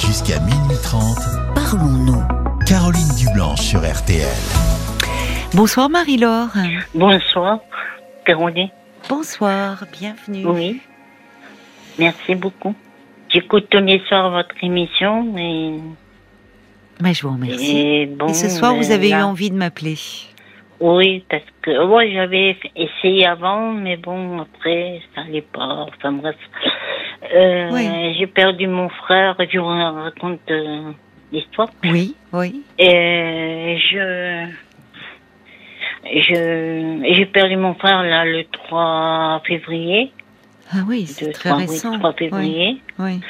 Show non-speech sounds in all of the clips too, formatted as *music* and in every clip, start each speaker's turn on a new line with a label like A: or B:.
A: Jusqu'à minuit 30,
B: Parlons-nous.
A: Caroline Dublanche sur RTL.
B: Bonsoir Marie-Laure.
C: Bonsoir, Caroline.
B: Bonsoir, bienvenue.
C: Oui. Merci beaucoup. J'écoute tous les soirs votre émission et,
B: Mais je vous remercie.
C: et bon.
B: Et ce soir,
C: ben,
B: vous avez eu
C: là-
B: envie de m'appeler.
C: Oui, parce que moi j'avais essayé avant, mais bon après ça allait pas. Enfin bref, Euh,
B: Oui.
C: j'ai perdu mon frère. Je vous raconte euh, l'histoire.
B: Oui, oui.
C: Et je, je, j'ai perdu mon frère là le 3 février.
B: Ah oui,
C: Le
B: c'est très
C: 3, oui,
B: récent.
C: 3
B: Oui,
C: février.
B: oui.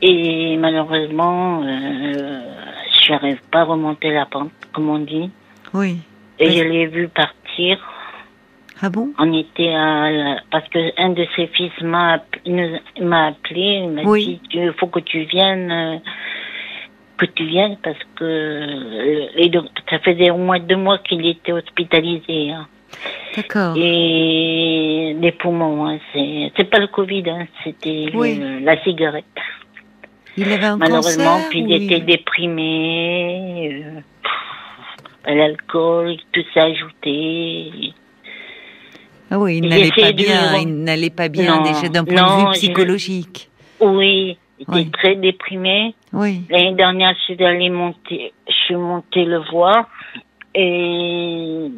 C: Et malheureusement, euh, je n'arrive pas à remonter la pente, comme on dit.
B: oui.
C: Et
B: Oui.
C: je l'ai vu partir.
B: Ah bon
C: On était à la- parce que un de ses fils m'a app- nous- m'a appelé, il m'a
B: Oui.
C: dit il faut que tu viennes, euh, que tu viennes parce que euh, les doc- ça faisait au moins deux mois qu'il était hospitalisé hein.
B: D'accord.
C: et les poumons, hein, c'est c'est pas le Covid, hein, c'était
B: Oui.
C: euh, la cigarette.
B: Il avait un
C: Malheureusement,
B: cancer
C: puis
B: ou
C: il était déprimé, euh, à l'alcool, tout s'est ajouté.
B: Ah oui, il
C: il
B: n'allait pas
C: essayait de-
B: bien. Il n'allait pas bien
C: Non,
B: déjà d'un point de
C: non,
B: vue
C: je-
B: psychologique.
C: Oui, il était
B: Oui.
C: très déprimé.
B: Oui,
C: L'année dernière, je suis allée monter, je suis montée le voir et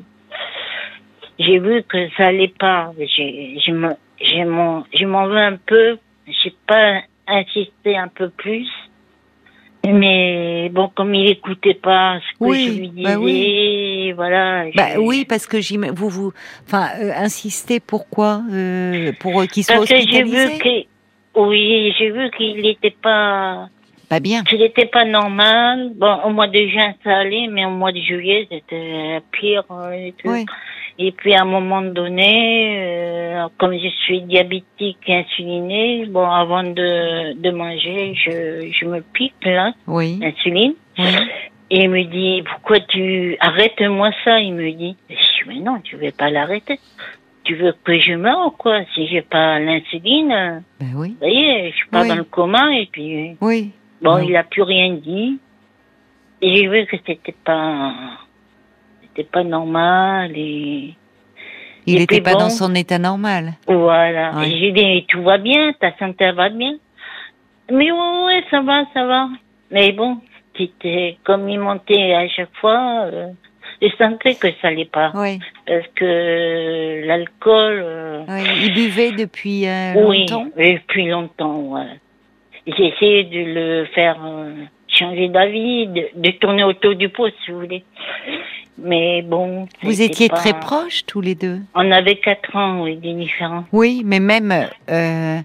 C: j'ai vu que ça allait pas. J'ai, je me- je m'en, je m'en veux un peu. J'ai pas insisté un peu plus. Mais bon, comme il écoutait pas ce que
B: Oui,
C: je lui disais,
B: bah
C: voilà.
B: bah
C: je-
B: oui, parce que j'im... vous vous, enfin, euh, insistez pourquoi euh, pour euh, qu'il soit
C: parce que j'ai
B: hospitalisé
C: vu que, oui, j'ai vu qu'il n'était pas,
B: Pas bien.
C: qu'il n'était pas normal. Bon, au mois de juin, ça allait, mais au mois de juillet, c'était pire. euh, Et, tout.
B: Oui,
C: Et puis, à un moment donné, euh, comme je suis diabétique et insulinée, bon, avant de, de manger, je, je me pique, là,
B: oui,
C: l'insuline.
B: oui.
C: Et il me dit, pourquoi tu arrête-moi ça Il me dit, je dis, mais non, tu veux pas l'arrêter. Tu veux que je meure ou quoi Si j'ai pas l'insuline, euh,
B: Ben oui,
C: ça y est, je pars
B: Oui.
C: dans le coma et puis
B: oui.
C: Bon,
B: Oui.
C: il a plus rien dit. Et j'ai vu que c'était pas, c'était pas normal et
B: Il
C: Et
B: n'était
C: puis
B: pas dans
C: bon.
B: son état normal.
C: voilà.
B: Ouais.
C: Et j'ai dit, tout va bien, ta santé va bien. Mais ouais, ouais, ouais, ça va, ça va. Mais bon, c'était comme il montait à chaque fois, euh, je sentais que ça allait pas.
B: Oui,
C: Parce que l'alcool, euh,
B: oui. Il buvait depuis euh,
C: oui,
B: longtemps.
C: et depuis longtemps, ouais. J'ai essayé de le faire euh, changer d'avis, de, de tourner autour du pot, si vous voulez. Mais bon.
B: Vous
C: c'était
B: étiez
C: pas-
B: très proches tous les deux.
C: On avait quatre ans, oui, des différents.
B: Oui, mais même euh,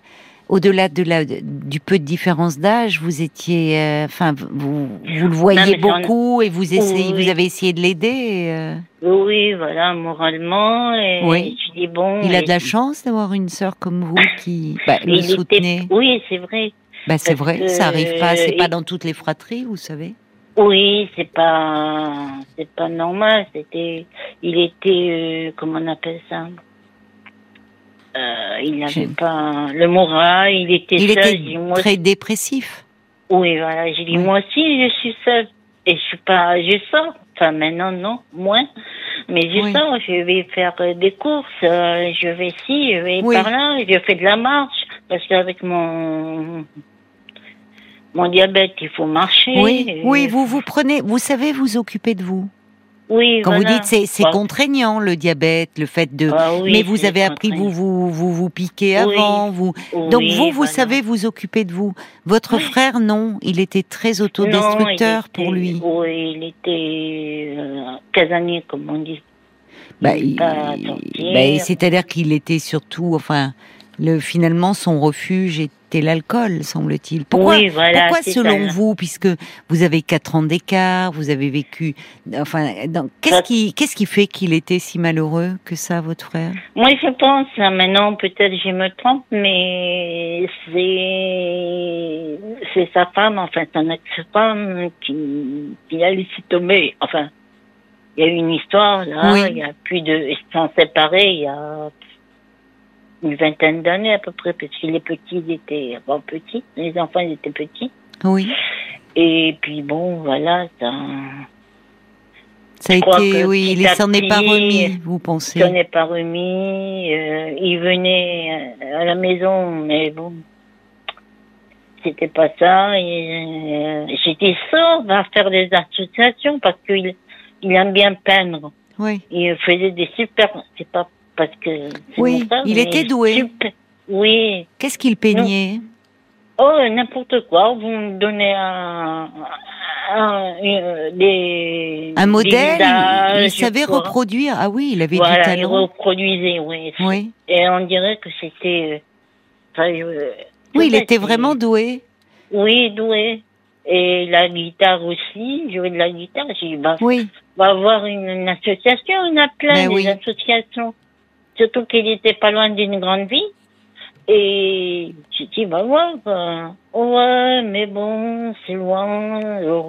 B: au-delà de la du peu de différence d'âge, vous étiez, euh, enfin, vous, vous le
C: Non,
B: voyez
C: mais j'en-
B: beaucoup et vous essayez,
C: Oui.
B: vous avez essayé de l'aider. euh.
C: Oui, voilà, moralement. Et
B: Oui.
C: Je dis bon.
B: Il a de la
C: et-
B: chance d'avoir une sœur comme vous qui bah,
C: et
B: le
C: il était-
B: soutenait.
C: Oui, c'est vrai.
B: Bah, c'est
C: parce
B: vrai,
C: que-
B: ça arrive pas, c'est pas
C: et-
B: dans toutes les fratries, vous savez.
C: Oui, c'est pas, c'est pas normal. C'était, il était, euh, comment on appelle ça Euh, Il n'avait
B: Je-
C: pas le moral. Il était
B: Il
C: seul.
B: était
C: je dis, moi,
B: très dépressif.
C: Oui, voilà. J'ai dit
B: Oui.
C: moi aussi, je suis seule et je suis pas, je sors. Enfin maintenant non, moins. Mais je
B: Oui.
C: sors, je vais faire euh, des courses, euh, je vais ci, je vais
B: Oui.
C: par là, je fais de la marche parce qu'avec mon mon diabète, il faut marcher.
B: Oui,
C: Et-
B: oui, vous vous prenez, vous savez, vous occuper de vous.
C: Oui,
B: Quand vous
C: voilà.
B: dites c'est c'est
C: Bah,
B: contraignant le diabète, le fait de
C: bah oui,
B: mais vous
C: c'est
B: avez appris vous
C: contraignant.
B: vous vous vous piquez
C: Oui.
B: avant, vous donc
C: Oui,
B: vous vous
C: voilà.
B: savez vous occuper de vous. Votre
C: Oui.
B: frère non, il était très
C: Non, il
B: autodestructeur
C: était-
B: pour lui.
C: Oui, il était euh, casanier comme on dit.
B: Bah,
C: il
B: il-
C: pas sortir.
B: bah, c'est-à-dire qu'il était surtout enfin le finalement son refuge était l'alcool semble-t-il. Pourquoi
C: oui, voilà,
B: Pourquoi
C: c'est
B: selon
C: ça.
B: vous, puisque vous avez quatre ans d'écart, vous avez vécu, enfin, dans- qu'est-ce
C: Ça-
B: qui, qu'est-ce qui fait qu'il était si malheureux que ça, votre frère
C: Moi, je pense, hein, maintenant, peut-être je me trompe, mais c'est, c'est sa femme, enfin, son ex-femme qui, qui l'a laissé tomber. Enfin, il y a eu une histoire, là,
B: Oui.
C: il y a plus de, ils se sont séparés il y a une vingtaine d'années à peu près, parce que les petits ils étaient, bon, petits, les enfants ils étaient petits.
B: Oui.
C: Et puis bon, voilà, ça,
B: Ça a
C: Je crois
B: été,
C: que
B: oui,
C: petit
B: il
C: à
B: s'en est pas
C: petit,
B: remis, vous pensez.
C: je n'ai pas remis. euh, il venait euh, à la maison, mais bon, c'était pas ça. et, euh, J'étais sauve à faire des associations parce qu'il il aime bien peindre.
B: Oui.
C: Il faisait des super. C'est pas parce que. c'est
B: Oui,
C: mon frère,
B: il
C: mais
B: était doué.
C: super- oui.
B: Qu'est-ce qu'il peignait hein?
C: Oh, n'importe quoi. Vous me donnez un. un- une- des,
B: Un
C: des
B: modèle il- Il
C: visages,
B: savait
C: quoi.
B: reproduire. Ah oui, il avait du
C: Voilà, il
B: talent.
C: reproduisait, oui.
B: Oui.
C: Et on dirait que c'était. euh, enfin, je-
B: Oui, il
C: peut-être
B: était vraiment doué.
C: Oui, doué. Et la guitare aussi, jouer de la guitare. J'ai dit, bah,
B: Oui.
C: on va avoir une, une association, on a plein
B: Ben oui.
C: des associations. Surtout qu'il était pas loin d'une grande ville. Et j'ai dit, bah, voir. euh, ouais, mais bon, c'est loin. euh,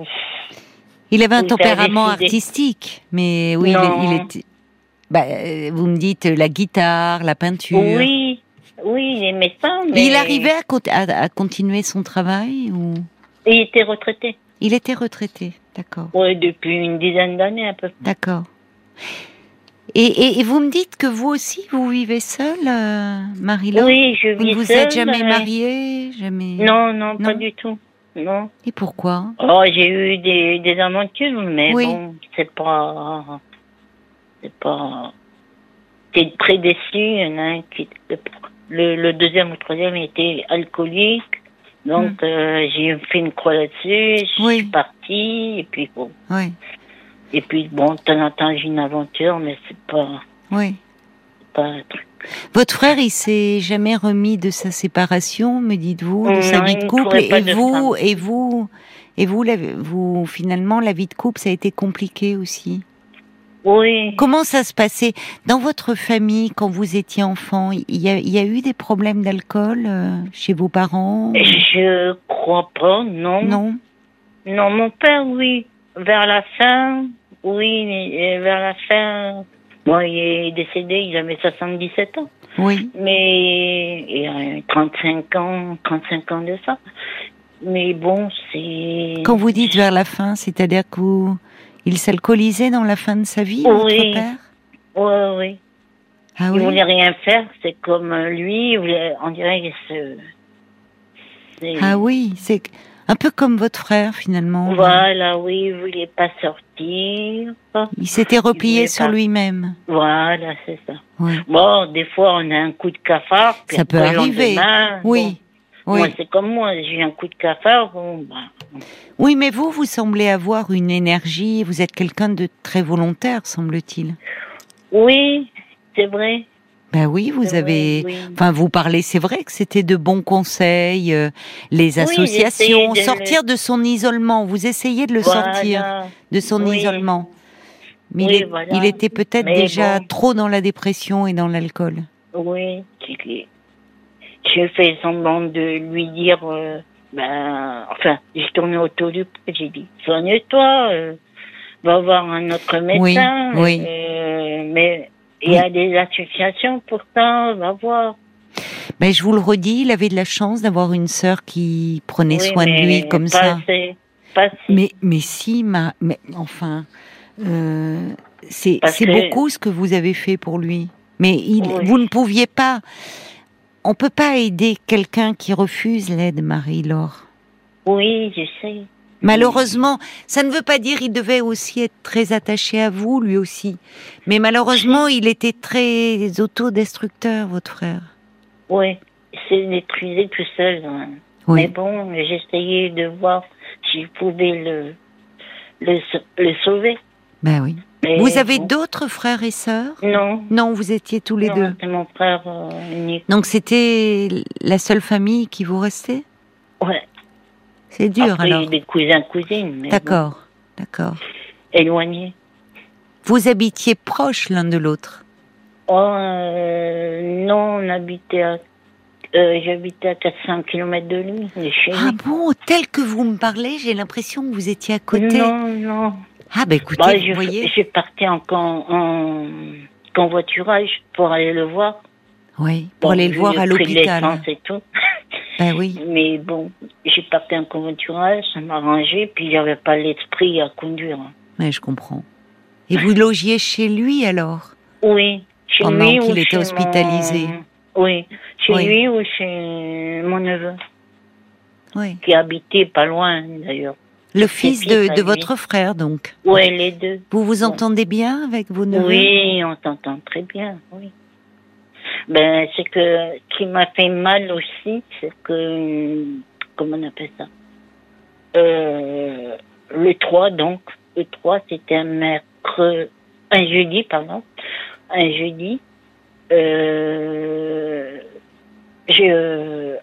B: Il avait un
C: Vous faire
B: tempérament
C: décider.
B: artistique, mais oui, il-
C: Non.
B: il, était. Bah, euh, vous me dites euh, la guitare, la peinture.
C: oui, oui, il aimait ça. Mais
B: Il arrivait à, co- à- à continuer son travail ou
C: Il était retraité.
B: il était retraité, d'accord,
C: Ouais, depuis une dizaine d'années à peu près.
B: d'accord. Et, et- et vous me dites que vous aussi vous vivez seule, euh, Marie-Laure
C: Oui, je
B: Vous ne
C: vis
B: vous
C: seule,
B: êtes jamais
C: mais-
B: mariée, jamais.
C: Non, non, pas
B: Non.
C: du tout. Non.
B: Et pourquoi
C: Oh, j'ai eu des, des aventures, mais
B: Oui.
C: bon, c'est pas. C'est pas. T'es très déçu. Il y en a un qui. Le, le deuxième ou troisième était alcoolique. Donc, euh, j'ai fait une croix là-dessus. Je
B: Hmm. Oui.
C: suis partie. Et puis, bon.
B: Oui,
C: Et puis, bon, de temps en temps, j'ai une aventure, mais c'est pas.
B: oui.
C: c'est pas un truc.
B: Votre frère, il s'est jamais remis de sa séparation, me dites-vous, de sa
C: Non,
B: vie
C: il
B: de
C: ne
B: couple,
C: courait
B: et,
C: pas
B: et
C: de
B: vous, et vous, et vous, la- vous, finalement, la vie de couple, ça a été compliqué aussi.
C: Oui.
B: Comment ça se passait dans votre famille quand vous étiez enfant Il y a, il y a eu des problèmes d'alcool euh, chez vos parents
C: Je crois pas, non.
B: Non.
C: Non, mon père, oui. Vers la fin, oui, mais, euh, vers la fin. Bon, il est décédé, il avait 77 ans.
B: Oui.
C: Mais il a eu 35 ans, 35 ans de ça. Mais bon, c'est...
B: Quand vous dites vers la fin, c'est-à-dire que vous- il s'alcoolisait dans la fin de sa vie,
C: Oui.
B: votre père
C: Ouais, oui.
B: Ah
C: Il
B: oui.
C: voulait rien faire, c'est comme euh, lui, il voulait- on dirait que c'est... c'est-
B: Ah oui, c'est un peu comme votre frère finalement.
C: Voilà, oui, il voulait pas sortir.
B: Il s'était replié
C: voulait
B: sur
C: pas.
B: lui-même.
C: Voilà, c'est ça.
B: Ouais.
C: Bon, des fois, on a un coup de cafard. puis
B: Ça peut
C: après, le
B: arriver.
C: lendemain, bon,
B: Oui. Oui.
C: Moi, c'est comme moi, j'ai un coup de cafard, bon, bah,
B: oui, mais vous, vous semblez avoir une énergie, vous êtes quelqu'un de très volontaire, semble-t-il.
C: oui, c'est vrai.
B: Ben oui, vous
C: c'est
B: avez...
C: vrai, oui.
B: Enfin, vous parlez, c'est vrai que c'était de bons conseils, euh, les
C: Oui,
B: associations,
C: j'essayais de
B: sortir de son isolement, vous essayez de le
C: Voilà.
B: sortir de son
C: Oui.
B: isolement. Mais
C: Oui,
B: il, est-
C: voilà.
B: il était peut-être
C: Mais
B: déjà
C: bon.
B: trop dans la dépression et dans l'alcool.
C: Oui, c'est que j'ai fait semblant de lui dire, euh, ben, enfin, j'ai tourné autour du pot, j'ai dit, soigne-toi, euh, va voir un autre médecin.
B: oui.
C: euh, mais il y a des associations pour ça, va voir.
B: Mais Ben, je vous le redis, il avait de la chance d'avoir une sœur qui prenait
C: Oui,
B: soin de lui
C: mais
B: comme
C: pas
B: ça.
C: assez, pas assez.
B: Mais, mais si, ma, mais enfin, euh, c'est
C: Parce
B: c'est
C: que-
B: beaucoup ce que vous avez fait pour lui. Mais il,
C: Oui.
B: vous ne pouviez pas. On peut pas aider quelqu'un qui refuse l'aide, Marie-Laure.
C: Oui, je sais.
B: Malheureusement, ça ne veut pas dire il devait aussi être très attaché à vous, lui aussi. Mais malheureusement, il était très autodestructeur, votre frère.
C: Oui, c'est détruisé tout seul. hein. Mais
B: Oui.
C: bon, j'essayais de voir si je pouvais le, le, sau- le sauver.
B: Ben oui.
C: Mais
B: Vous avez
C: bon,
B: d'autres frères et sœurs
C: Non.
B: Non, vous étiez tous les
C: non,
B: deux.
C: C'est mon frère euh, unique.
B: Donc c'était la seule famille qui vous restait
C: Ouais.
B: C'est dur
C: Après,
B: alors.
C: j'ai des cousins, cousines, mais bon,
B: D'accord, d'accord.
C: éloignés.
B: Vous habitiez proches l'un de l'autre.
C: Oh, euh, non, on habitait à. euh, J'habitais à 400 km de lui, de chez lui.
B: Ah bon, tel que vous me parlez, j'ai l'impression que vous étiez à côté.
C: Non, non.
B: Ah bah écoutez,
C: Bah,
B: vous
C: je,
B: voyez.
C: je partais en, con- en convoiturage pour aller le voir.
B: Oui, pour
C: Bon,
B: aller
C: vu
B: le voir à
C: prix de
B: l'hôpital.
C: hein. l'essence et tout.
B: Ben oui.
C: Mais bon, j'ai parti en covoiturage, ça m'a arrangé, puis j'avais pas l'esprit à conduire.
B: Mais je comprends. Et vous logiez chez lui alors
C: Oui, chez
B: Pendant
C: lui
B: qu'il
C: ou
B: était
C: chez
B: hospitalisé.
C: mon- Oui, chez
B: Oui.
C: lui ou chez mon neveu,
B: Oui.
C: qui habitait pas loin d'ailleurs.
B: Le fils
C: puis,
B: de,
C: ben
B: de
C: oui.
B: votre frère donc.
C: Ouais, les deux.
B: Vous vous
C: Ouais.
B: entendez bien avec vos neveux
C: Oui, on t'entend très bien, oui. Ben, c'est que, ce qui m'a fait mal aussi, c'est que, comment on appelle ça? Euh, le 3, donc, le 3, c'était un mercredi, un jeudi, pardon, un jeudi, euh, je,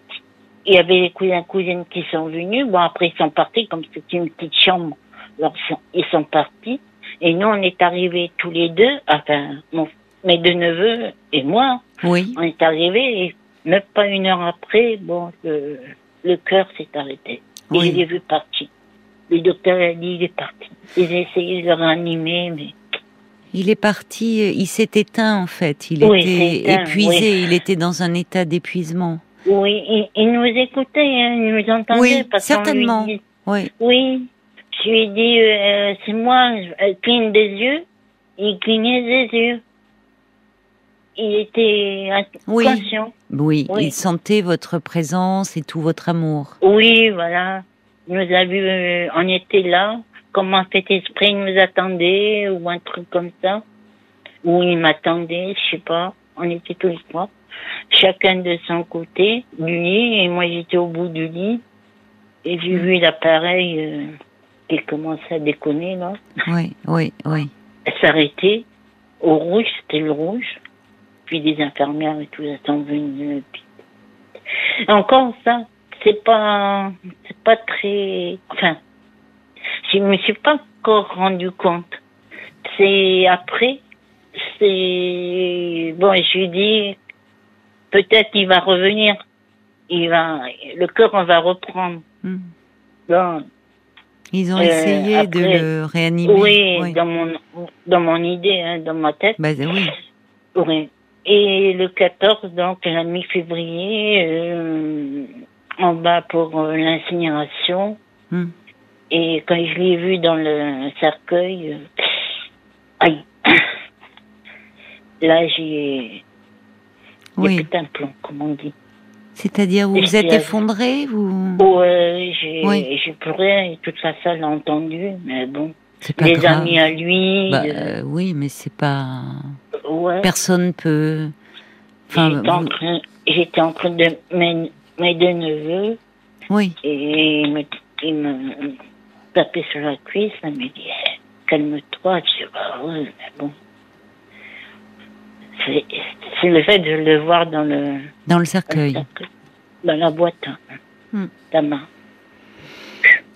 C: il y avait les cousins, cousines qui sont venus, bon, après, ils sont partis, comme c'était une petite chambre, alors, ils sont- ils sont partis, et nous, on est arrivés tous les deux, enfin, mon- mes deux neveux et moi,
B: Oui.
C: on est arrivés et même pas une heure après, bon, le, le cœur s'est arrêté. Et
B: Oui.
C: je l'ai vu parti. Le docteur a dit, il est parti. Ils ont essayé de le réanimer, mais
B: Il est parti, euh, il s'est éteint en fait. Il
C: Oui,
B: était
C: il s'est éteint,
B: épuisé, il était dans un état d'épuisement.
C: oui, il, il nous écoutait, hein, il nous entendait.
B: Oui,
C: parce qu'on lui
B: certainement.
C: dit-
B: Oui.
C: oui, je lui ai dit, euh, c'est moi, elle cligne des yeux. Il clignait des yeux. Il était
B: Oui.
C: inconscient.
B: Oui,
C: Oui.
B: il sentait votre présence et tout votre amour.
C: Oui, voilà. Nous a vu, euh, on était là. Comment cet esprit nous attendait ou un truc comme ça. Ou il m'attendait, je sais pas. On était tous les trois. Chacun de son côté du lit et moi j'étais au bout du lit. Et j'ai vu l'appareil euh, qui commençait à déconner là,
B: Oui, oui, oui.
C: à s'arrêter. Au rouge, c'était le rouge. Puis des infirmières et tout ça sont venues. Puis... Encore ça, c'est pas, c'est pas très. Enfin, je me suis pas encore rendu compte. C'est après, c'est bon. Je lui dis, peut-être il va revenir. Il va, le cœur on va reprendre.
B: Mm.
C: Bon,
B: Ils ont
C: Euh,
B: essayé de
C: après-
B: le réanimer.
C: oui, dans mon, dans mon idée, hein, dans ma tête.
B: Bah, oui.
C: Oui. Et le 14, donc la mi-février, euh, on va pour euh, l'incinération.
B: Hmm.
C: Et quand je l'ai vu dans le cercueil, euh, aïe, là j'ai j'ai
B: Oui.
C: pété un plomb, comme on dit.
B: C'est-à-dire, vous vous
C: J'étais
B: êtes
C: à-
B: effondré, vous.
C: Bon, euh, j'ai
B: Hmm. Oui.
C: j'ai pleuré et toute la salle a entendu, mais bon,
B: C'est pas
C: les
B: grave.
C: amis à lui,
B: Bah,
C: euh,
B: euh, oui, mais c'est pas.
C: ouais.
B: Personne peut. Enfin,
C: J'étais en
B: vous-
C: train- j'étais en train de mes, mes deux neveux.
B: oui,
C: Et il me, il me tapait sur la cuisse, il me dit Eh, calme-toi, je dis bah ouais, mais bon. C'est c'est le fait de le voir dans le
B: dans le
C: dans, le
B: cercueil.
C: sac- dans la boîte, hein,
B: Hmm.
C: ta main.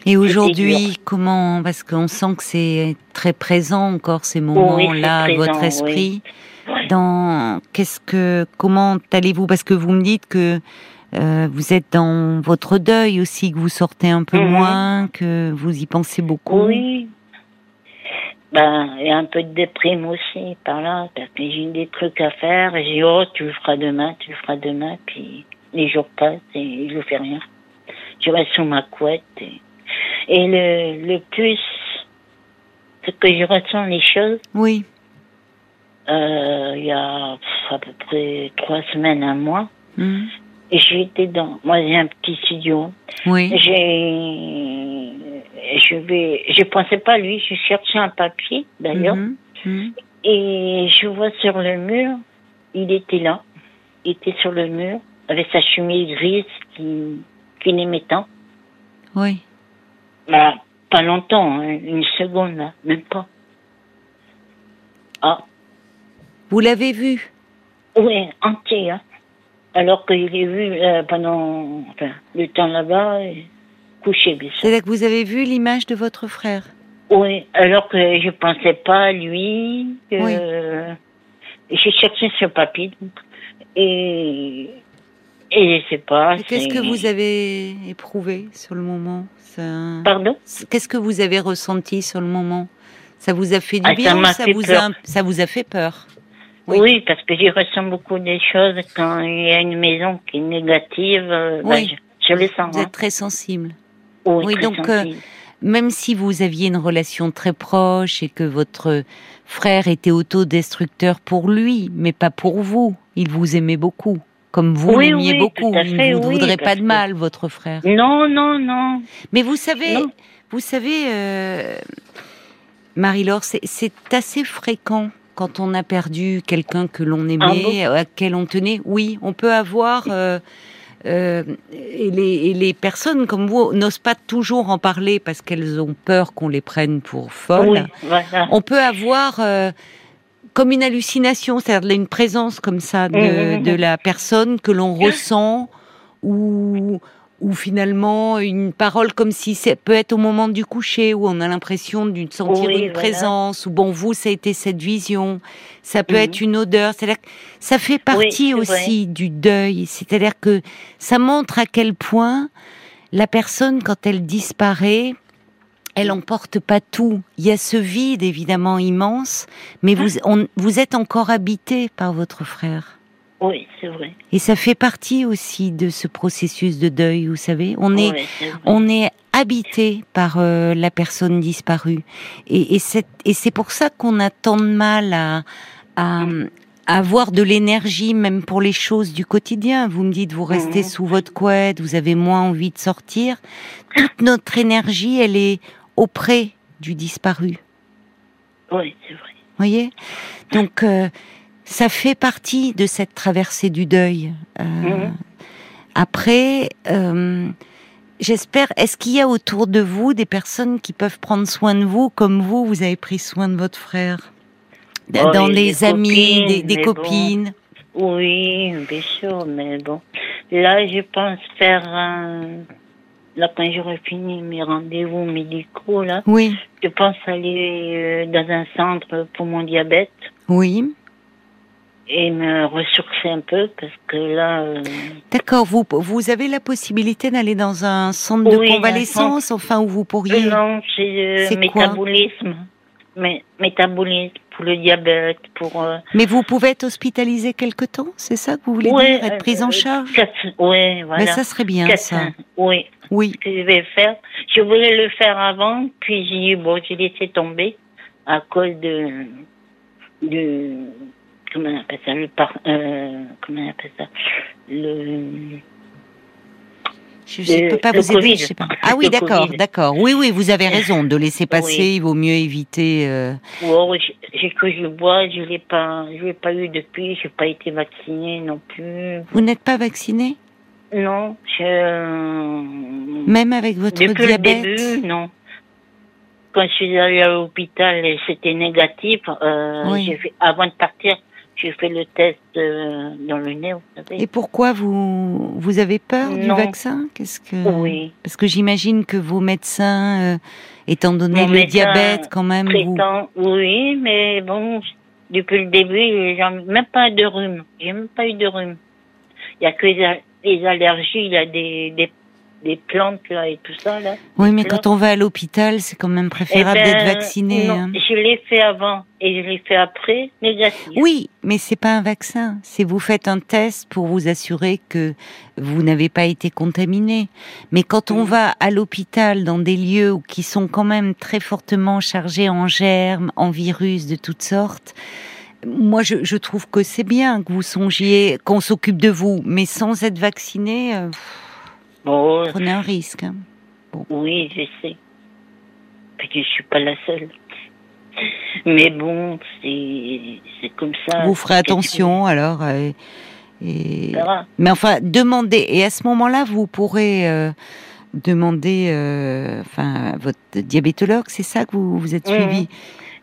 B: Et aujourd'hui, comment Parce qu'on sent que c'est très présent encore ces moments-là,
C: c'est
B: votre
C: présent,
B: esprit.
C: oui. Ouais.
B: Dans qu'est-ce que comment allez-vous Parce que vous me dites que euh, vous êtes dans votre deuil aussi, que vous sortez un peu
C: Mhm.
B: moins, que vous y pensez beaucoup.
C: Oui. Ben, et un peu de déprime aussi par là, parce que j'ai des trucs à faire, et j'ai dit, oh, tu le feras demain, tu le feras demain, puis les jours passent et je fais rien. Je reste sous ma couette. Et, et le, le plus, c'est que je ressens les choses.
B: Oui,
C: Euh, il y a pff, à peu près trois semaines, un mois,
B: Mhm.
C: et j'étais dans, moi j'ai un petit studio,
B: oui,
C: j'ai, je vais, je pensais pas à lui, je cherchais un papier d'ailleurs,
B: Mhm. Mhm.
C: et je vois sur le mur, il était là, il était sur le mur, avec sa chemise grise qui, qui l'aimait tant.
B: oui.
C: Bah, pas longtemps, hein, une seconde, là, même pas. Ah,
B: Vous l'avez vu
C: ouais, entier, hein. Alors que je l'ai vu euh, pendant enfin, le temps là-bas, et couché, bien sûr.
B: C'est-à-dire que vous avez vu l'image de votre frère
C: Oui, alors que je pensais pas à lui. que- J'ai cherché ce papier. donc, Et, et je sais pas.
B: Et Qu'est-ce
C: Ah, c'est-
B: que vous avez éprouvé sur le moment Ça-
C: Pardon
B: Qu'est-ce que vous avez ressenti sur le moment Ça vous a fait du
C: Ah, ça
B: bien ou
C: m'a
B: ça
C: fait
B: vous, a,
C: peur.
B: ça vous a fait peur Oui.
C: Oui. parce que j'y ressens beaucoup des choses quand il y a une maison qui est négative. euh, bah,
B: Oui.
C: je, je le sens.
B: Vous
C: hein.
B: êtes très sensible.
C: Oui,
B: oui,
C: très
B: donc,
C: sensible.
B: Même si vous aviez une relation très proche et que votre frère était autodestructeur pour lui, mais pas pour vous, il vous aimait beaucoup, comme vous
C: Oui,
B: l'aimiez
C: oui,
B: beaucoup.
C: tout à
B: il
C: fait,
B: ne vous
C: oui,
B: voudrait pas
C: parce
B: de
C: que-
B: mal, votre frère.
C: Non, non, non.
B: Mais vous savez,
C: Non.
B: vous savez, euh, Marie-Laure, c'est- c'est assez fréquent quand on a perdu quelqu'un que
C: Ah
B: l'on aimait, à quel on tenait. Oui, on peut avoir. euh, euh, et, les, et les personnes comme vous n'osent pas toujours en parler parce qu'elles ont peur qu'on les prenne pour folles.
C: Oui, voilà.
B: On peut avoir euh, comme une hallucination, c'est-à-dire une présence comme ça de,
C: Mhm.
B: de la personne que
C: Hein
B: l'on ressent ou ou finalement une parole comme si ça peut être au moment du coucher où on a l'impression de sentir
C: Oui,
B: une
C: voilà.
B: présence ou bon vous ça a été cette vision ça peut
C: Mhm.
B: être une odeur c'est-à-dire que ça fait partie
C: c'est vrai.
B: aussi du deuil c'est-à-dire que ça montre à quel point la personne quand elle disparaît elle emporte pas tout. Il y a ce vide évidemment immense, mais
C: Ah.
B: vous, on- vous êtes encore habité par votre frère.
C: Oui, c'est vrai.
B: Et ça fait partie aussi de ce processus de deuil, vous savez. On est,
C: Oui, c'est vrai.
B: on est habité par euh, la personne disparue. Et, et c'est et c'est pour ça qu'on a tant de mal à, à, à avoir de l'énergie, même pour les choses du quotidien. Vous me dites, vous restez
C: Mhm.
B: sous votre couette, vous avez moins envie de sortir. Toute notre énergie, elle est auprès du disparu.
C: Oui, c'est vrai.
B: voyez Donc, euh, ça fait partie de cette traversée du deuil. Euh,
C: Mhm.
B: Après, euh, j'espère, est-ce qu'il y a autour de vous des personnes qui peuvent prendre soin de vous comme vous, vous avez pris soin de votre frère D-
C: Oh,
B: Dans
C: et
B: les
C: des
B: amis, des, des
C: copines, mais bon.
B: copines
C: Oui, bien sûr, mais bon. Là, je pense faire un... Là, quand j'aurai fini mes rendez-vous médicaux, là,
B: Oui,
C: je pense aller euh, dans un centre pour mon diabète
B: oui.
C: et me ressourcer un peu parce que là... euh,
B: D'accord, vous, vous avez la possibilité d'aller dans un centre de
C: Oui,
B: convalescence, enfin, où vous pourriez...
C: ah Non, c'est
B: C'est
C: euh,
B: quoi
C: métabolisme. Mais, métabolisme pour le diabète, pour... euh,
B: Mais vous pouvez être hospitalisé quelque temps, c'est ça que vous voulez
C: ouais,
B: dire, être prise en
C: euh,
B: charge
C: quatre- ouais, voilà.
B: Mais ça serait bien,
C: Quatre-
B: ça.
C: Oui,
B: Oui,
C: que je vais faire. Je voulais le faire avant, puis j'ai bon, j'ai laissé tomber à cause de, de comment on appelle ça, le par, euh, comment on appelle ça, le
B: je ne
C: Le-
B: peux pas
C: le
B: vous aider,
C: Covid.
B: je sais
C: *laughs*
B: pas. Ah oui,
C: Le
B: d'accord,
C: Covid.
B: d'accord. Oui, oui, vous avez raison, de laisser passer,
C: *laughs* Oui.
B: il vaut mieux éviter. euh,
C: ou or, oh, j'ai- j'ai que je bois, je l'ai pas, je l'ai pas eu depuis, j'ai pas été vaccinée non plus,
B: Vous n'êtes pas vacciné
C: non, je
B: Même avec votre
C: Depuis
B: diabète
C: le début, non. Quand je suis allée à l'hôpital et c'était négatif, euh,
B: Oui.
C: j'ai fait- avant de partir, j'ai fait le test euh, dans le nez, vous savez.
B: Et pourquoi vous, vous avez peur du
C: Non.
B: vaccin Qu'est-ce que...
C: Oui.
B: Parce que j'imagine que vos médecins, euh, étant donné
C: Mon
B: le
C: médecin
B: diabète, quand même, vous...
C: Traitant, oui, mais bon, depuis le début, j'ai même pas de rhume. J'ai même pas eu de rhume. Il y a que les, a- les allergies, il y a des, des, des plantes là et tout ça là.
B: Oui, mais
C: Non.
B: quand on va à l'hôpital, c'est quand même
C: Eh
B: préférable
C: ben,
B: d'être vacciné.
C: non,
B: hein.
C: Je l'ai fait avant et je l'ai fait après, négatif.
B: Oui, mais c'est pas un vaccin. C'est vous faites un test pour vous assurer que vous n'avez pas été contaminé. Mais quand on
C: Mm.
B: va à l'hôpital dans des lieux où- qui sont quand même très fortement chargés en germes, en virus de toutes sortes, moi je, je trouve que c'est bien que vous songiez, qu'on s'occupe de vous, mais sans être vacciné, euh,
C: Bon,
B: vous prenez un risque. hein.
C: Oui, je sais. Parce que je suis pas la seule. Mais bon, c'est c'est comme ça.
B: Vous ferez
C: Ah, C'est quelque
B: attention alors. euh, et...
C: chose, ça va.
B: Mais enfin, demandez. Et à ce moment-là, vous pourrez euh, demander, euh, enfin, à votre diabétologue, c'est ça que vous vous êtes
C: Mhm.
B: suivi.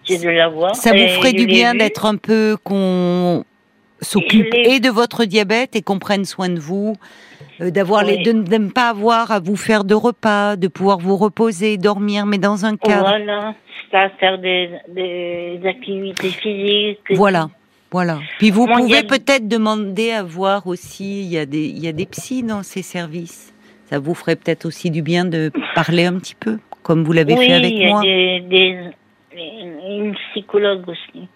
C: J'ai de la voir.
B: Ça vous
C: Et
B: ferait
C: je
B: du
C: l'ai
B: bien
C: vu.
B: d'être un peu qu'on s'occupe
C: Je l'ai-
B: et de votre diabète et qu'on prenne soin de vous, euh, d'avoir les,
C: Oui.
B: de ne de ne pas avoir à vous faire de repas, de pouvoir vous reposer, dormir, mais dans un cadre.
C: Voilà, ça, faire des, des activités physiques.
B: Voilà. Voilà. Puis vous
C: Mon
B: pouvez
C: diab-
B: peut-être demander à voir aussi, il y a des, il y a des psys dans ces services. Ça vous ferait peut-être aussi du bien de parler un petit peu, comme vous l'avez
C: Oui,
B: fait
C: il
B: avec
C: y a
B: moi.
C: des, des- une psychologue aussi.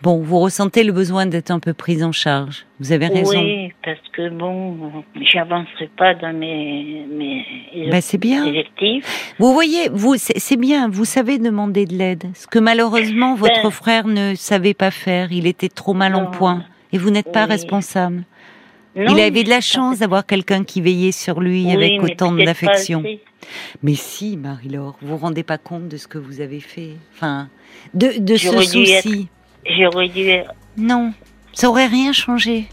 B: Bon, vous ressentez le besoin d'être un peu prise en charge. Vous avez raison.
C: Oui, parce que bon, j'avancerai pas dans mes, mes
B: Ben, c'est bien.
C: objectifs.
B: Vous voyez, vous, c'est c'est bien, vous savez demander de l'aide. Ce que malheureusement, votre
C: Ben.
B: frère ne savait pas faire. Il était trop mal en
C: Non.
B: point. Et vous n'êtes pas
C: Oui.
B: responsable.
C: Non,
B: il avait de la
C: je
B: chance d'avoir quelqu'un qui veillait sur lui
C: Oui,
B: avec
C: mais
B: autant
C: peut-être pas
B: d'affection.
C: assez.
B: Mais si, Marie-Laure, vous vous rendez pas compte de ce que vous avez fait. Enfin, de, de ce
C: J'aurais dû
B: souci.
C: être- J'aurais dû être-
B: Non, ça aurait rien changé.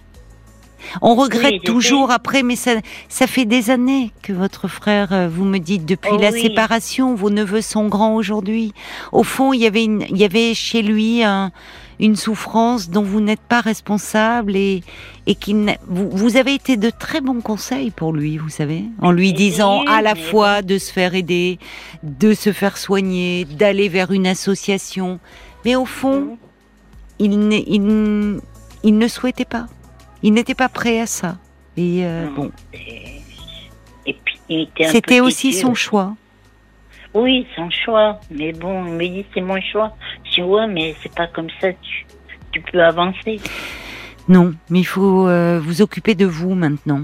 B: On regrette
C: Oui, je
B: toujours après, mais ça, ça fait des années que votre frère, euh, vous me dites, depuis
C: Oh
B: la
C: oui.
B: séparation, vos neveux sont grands aujourd'hui. Au fond, il y avait, une, il y avait chez lui un- une souffrance dont vous n'êtes pas responsable et, et qui n'a- vous, vous avez été de très bons conseils pour lui, vous savez, en lui disant
C: Oui,
B: à la
C: mais-
B: fois de se faire aider, de se faire soigner, d'aller vers une association. Mais au fond, il, n'est- il, n- il ne souhaitait pas. Il n'était pas prêt à ça. Et euh,
C: Non,
B: bon,
C: Et, et puis, il était un
B: c'était
C: peu
B: aussi
C: têtu.
B: son choix.
C: Oui, son choix. Mais bon, il me dit c'est mon choix. Je dis ouais, mais c'est pas comme ça. Tu, tu peux avancer.
B: Non, mais il faut euh, vous occuper de vous maintenant.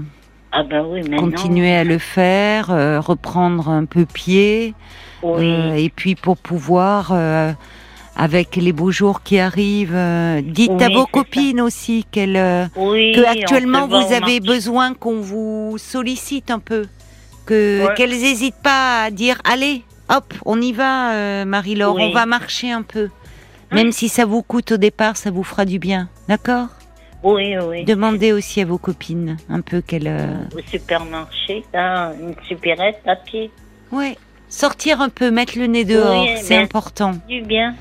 C: Ah ben oui, maintenant.
B: Continuer à le faire, euh, reprendre un peu pied.
C: Oui.
B: euh, et puis pour pouvoir, euh, avec les beaux jours qui arrivent, euh, dites
C: Oui,
B: à vos
C: c'est
B: copines aussi qu'elles... euh,
C: oui.
B: que
C: on
B: actuellement
C: se voit
B: vous
C: au
B: avez
C: marché.
B: besoin qu'on vous sollicite un peu, que
C: Ouais.
B: qu'elles n'hésitent pas à dire allez, hop, on y va, euh, Marie-Laure,
C: Oui. Hein
B: on va marcher un peu, même si ça vous coûte au départ, ça vous fera du bien, d'accord
C: Oui, oui.
B: Demandez aussi à vos copines un peu qu'elles, euh,
C: Au supermarché, là, une supérette à pied.
B: ouais, sortir un peu, mettre le nez dehors,
C: Oui,
B: c'est
C: mais-
B: important.
C: Du bien.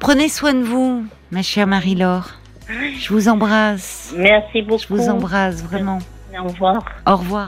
B: Prenez soin de vous, ma chère Marie-Laure. Je vous embrasse,
C: Ah. Merci beaucoup.
B: je vous embrasse vraiment.
C: Au revoir.
B: Au revoir.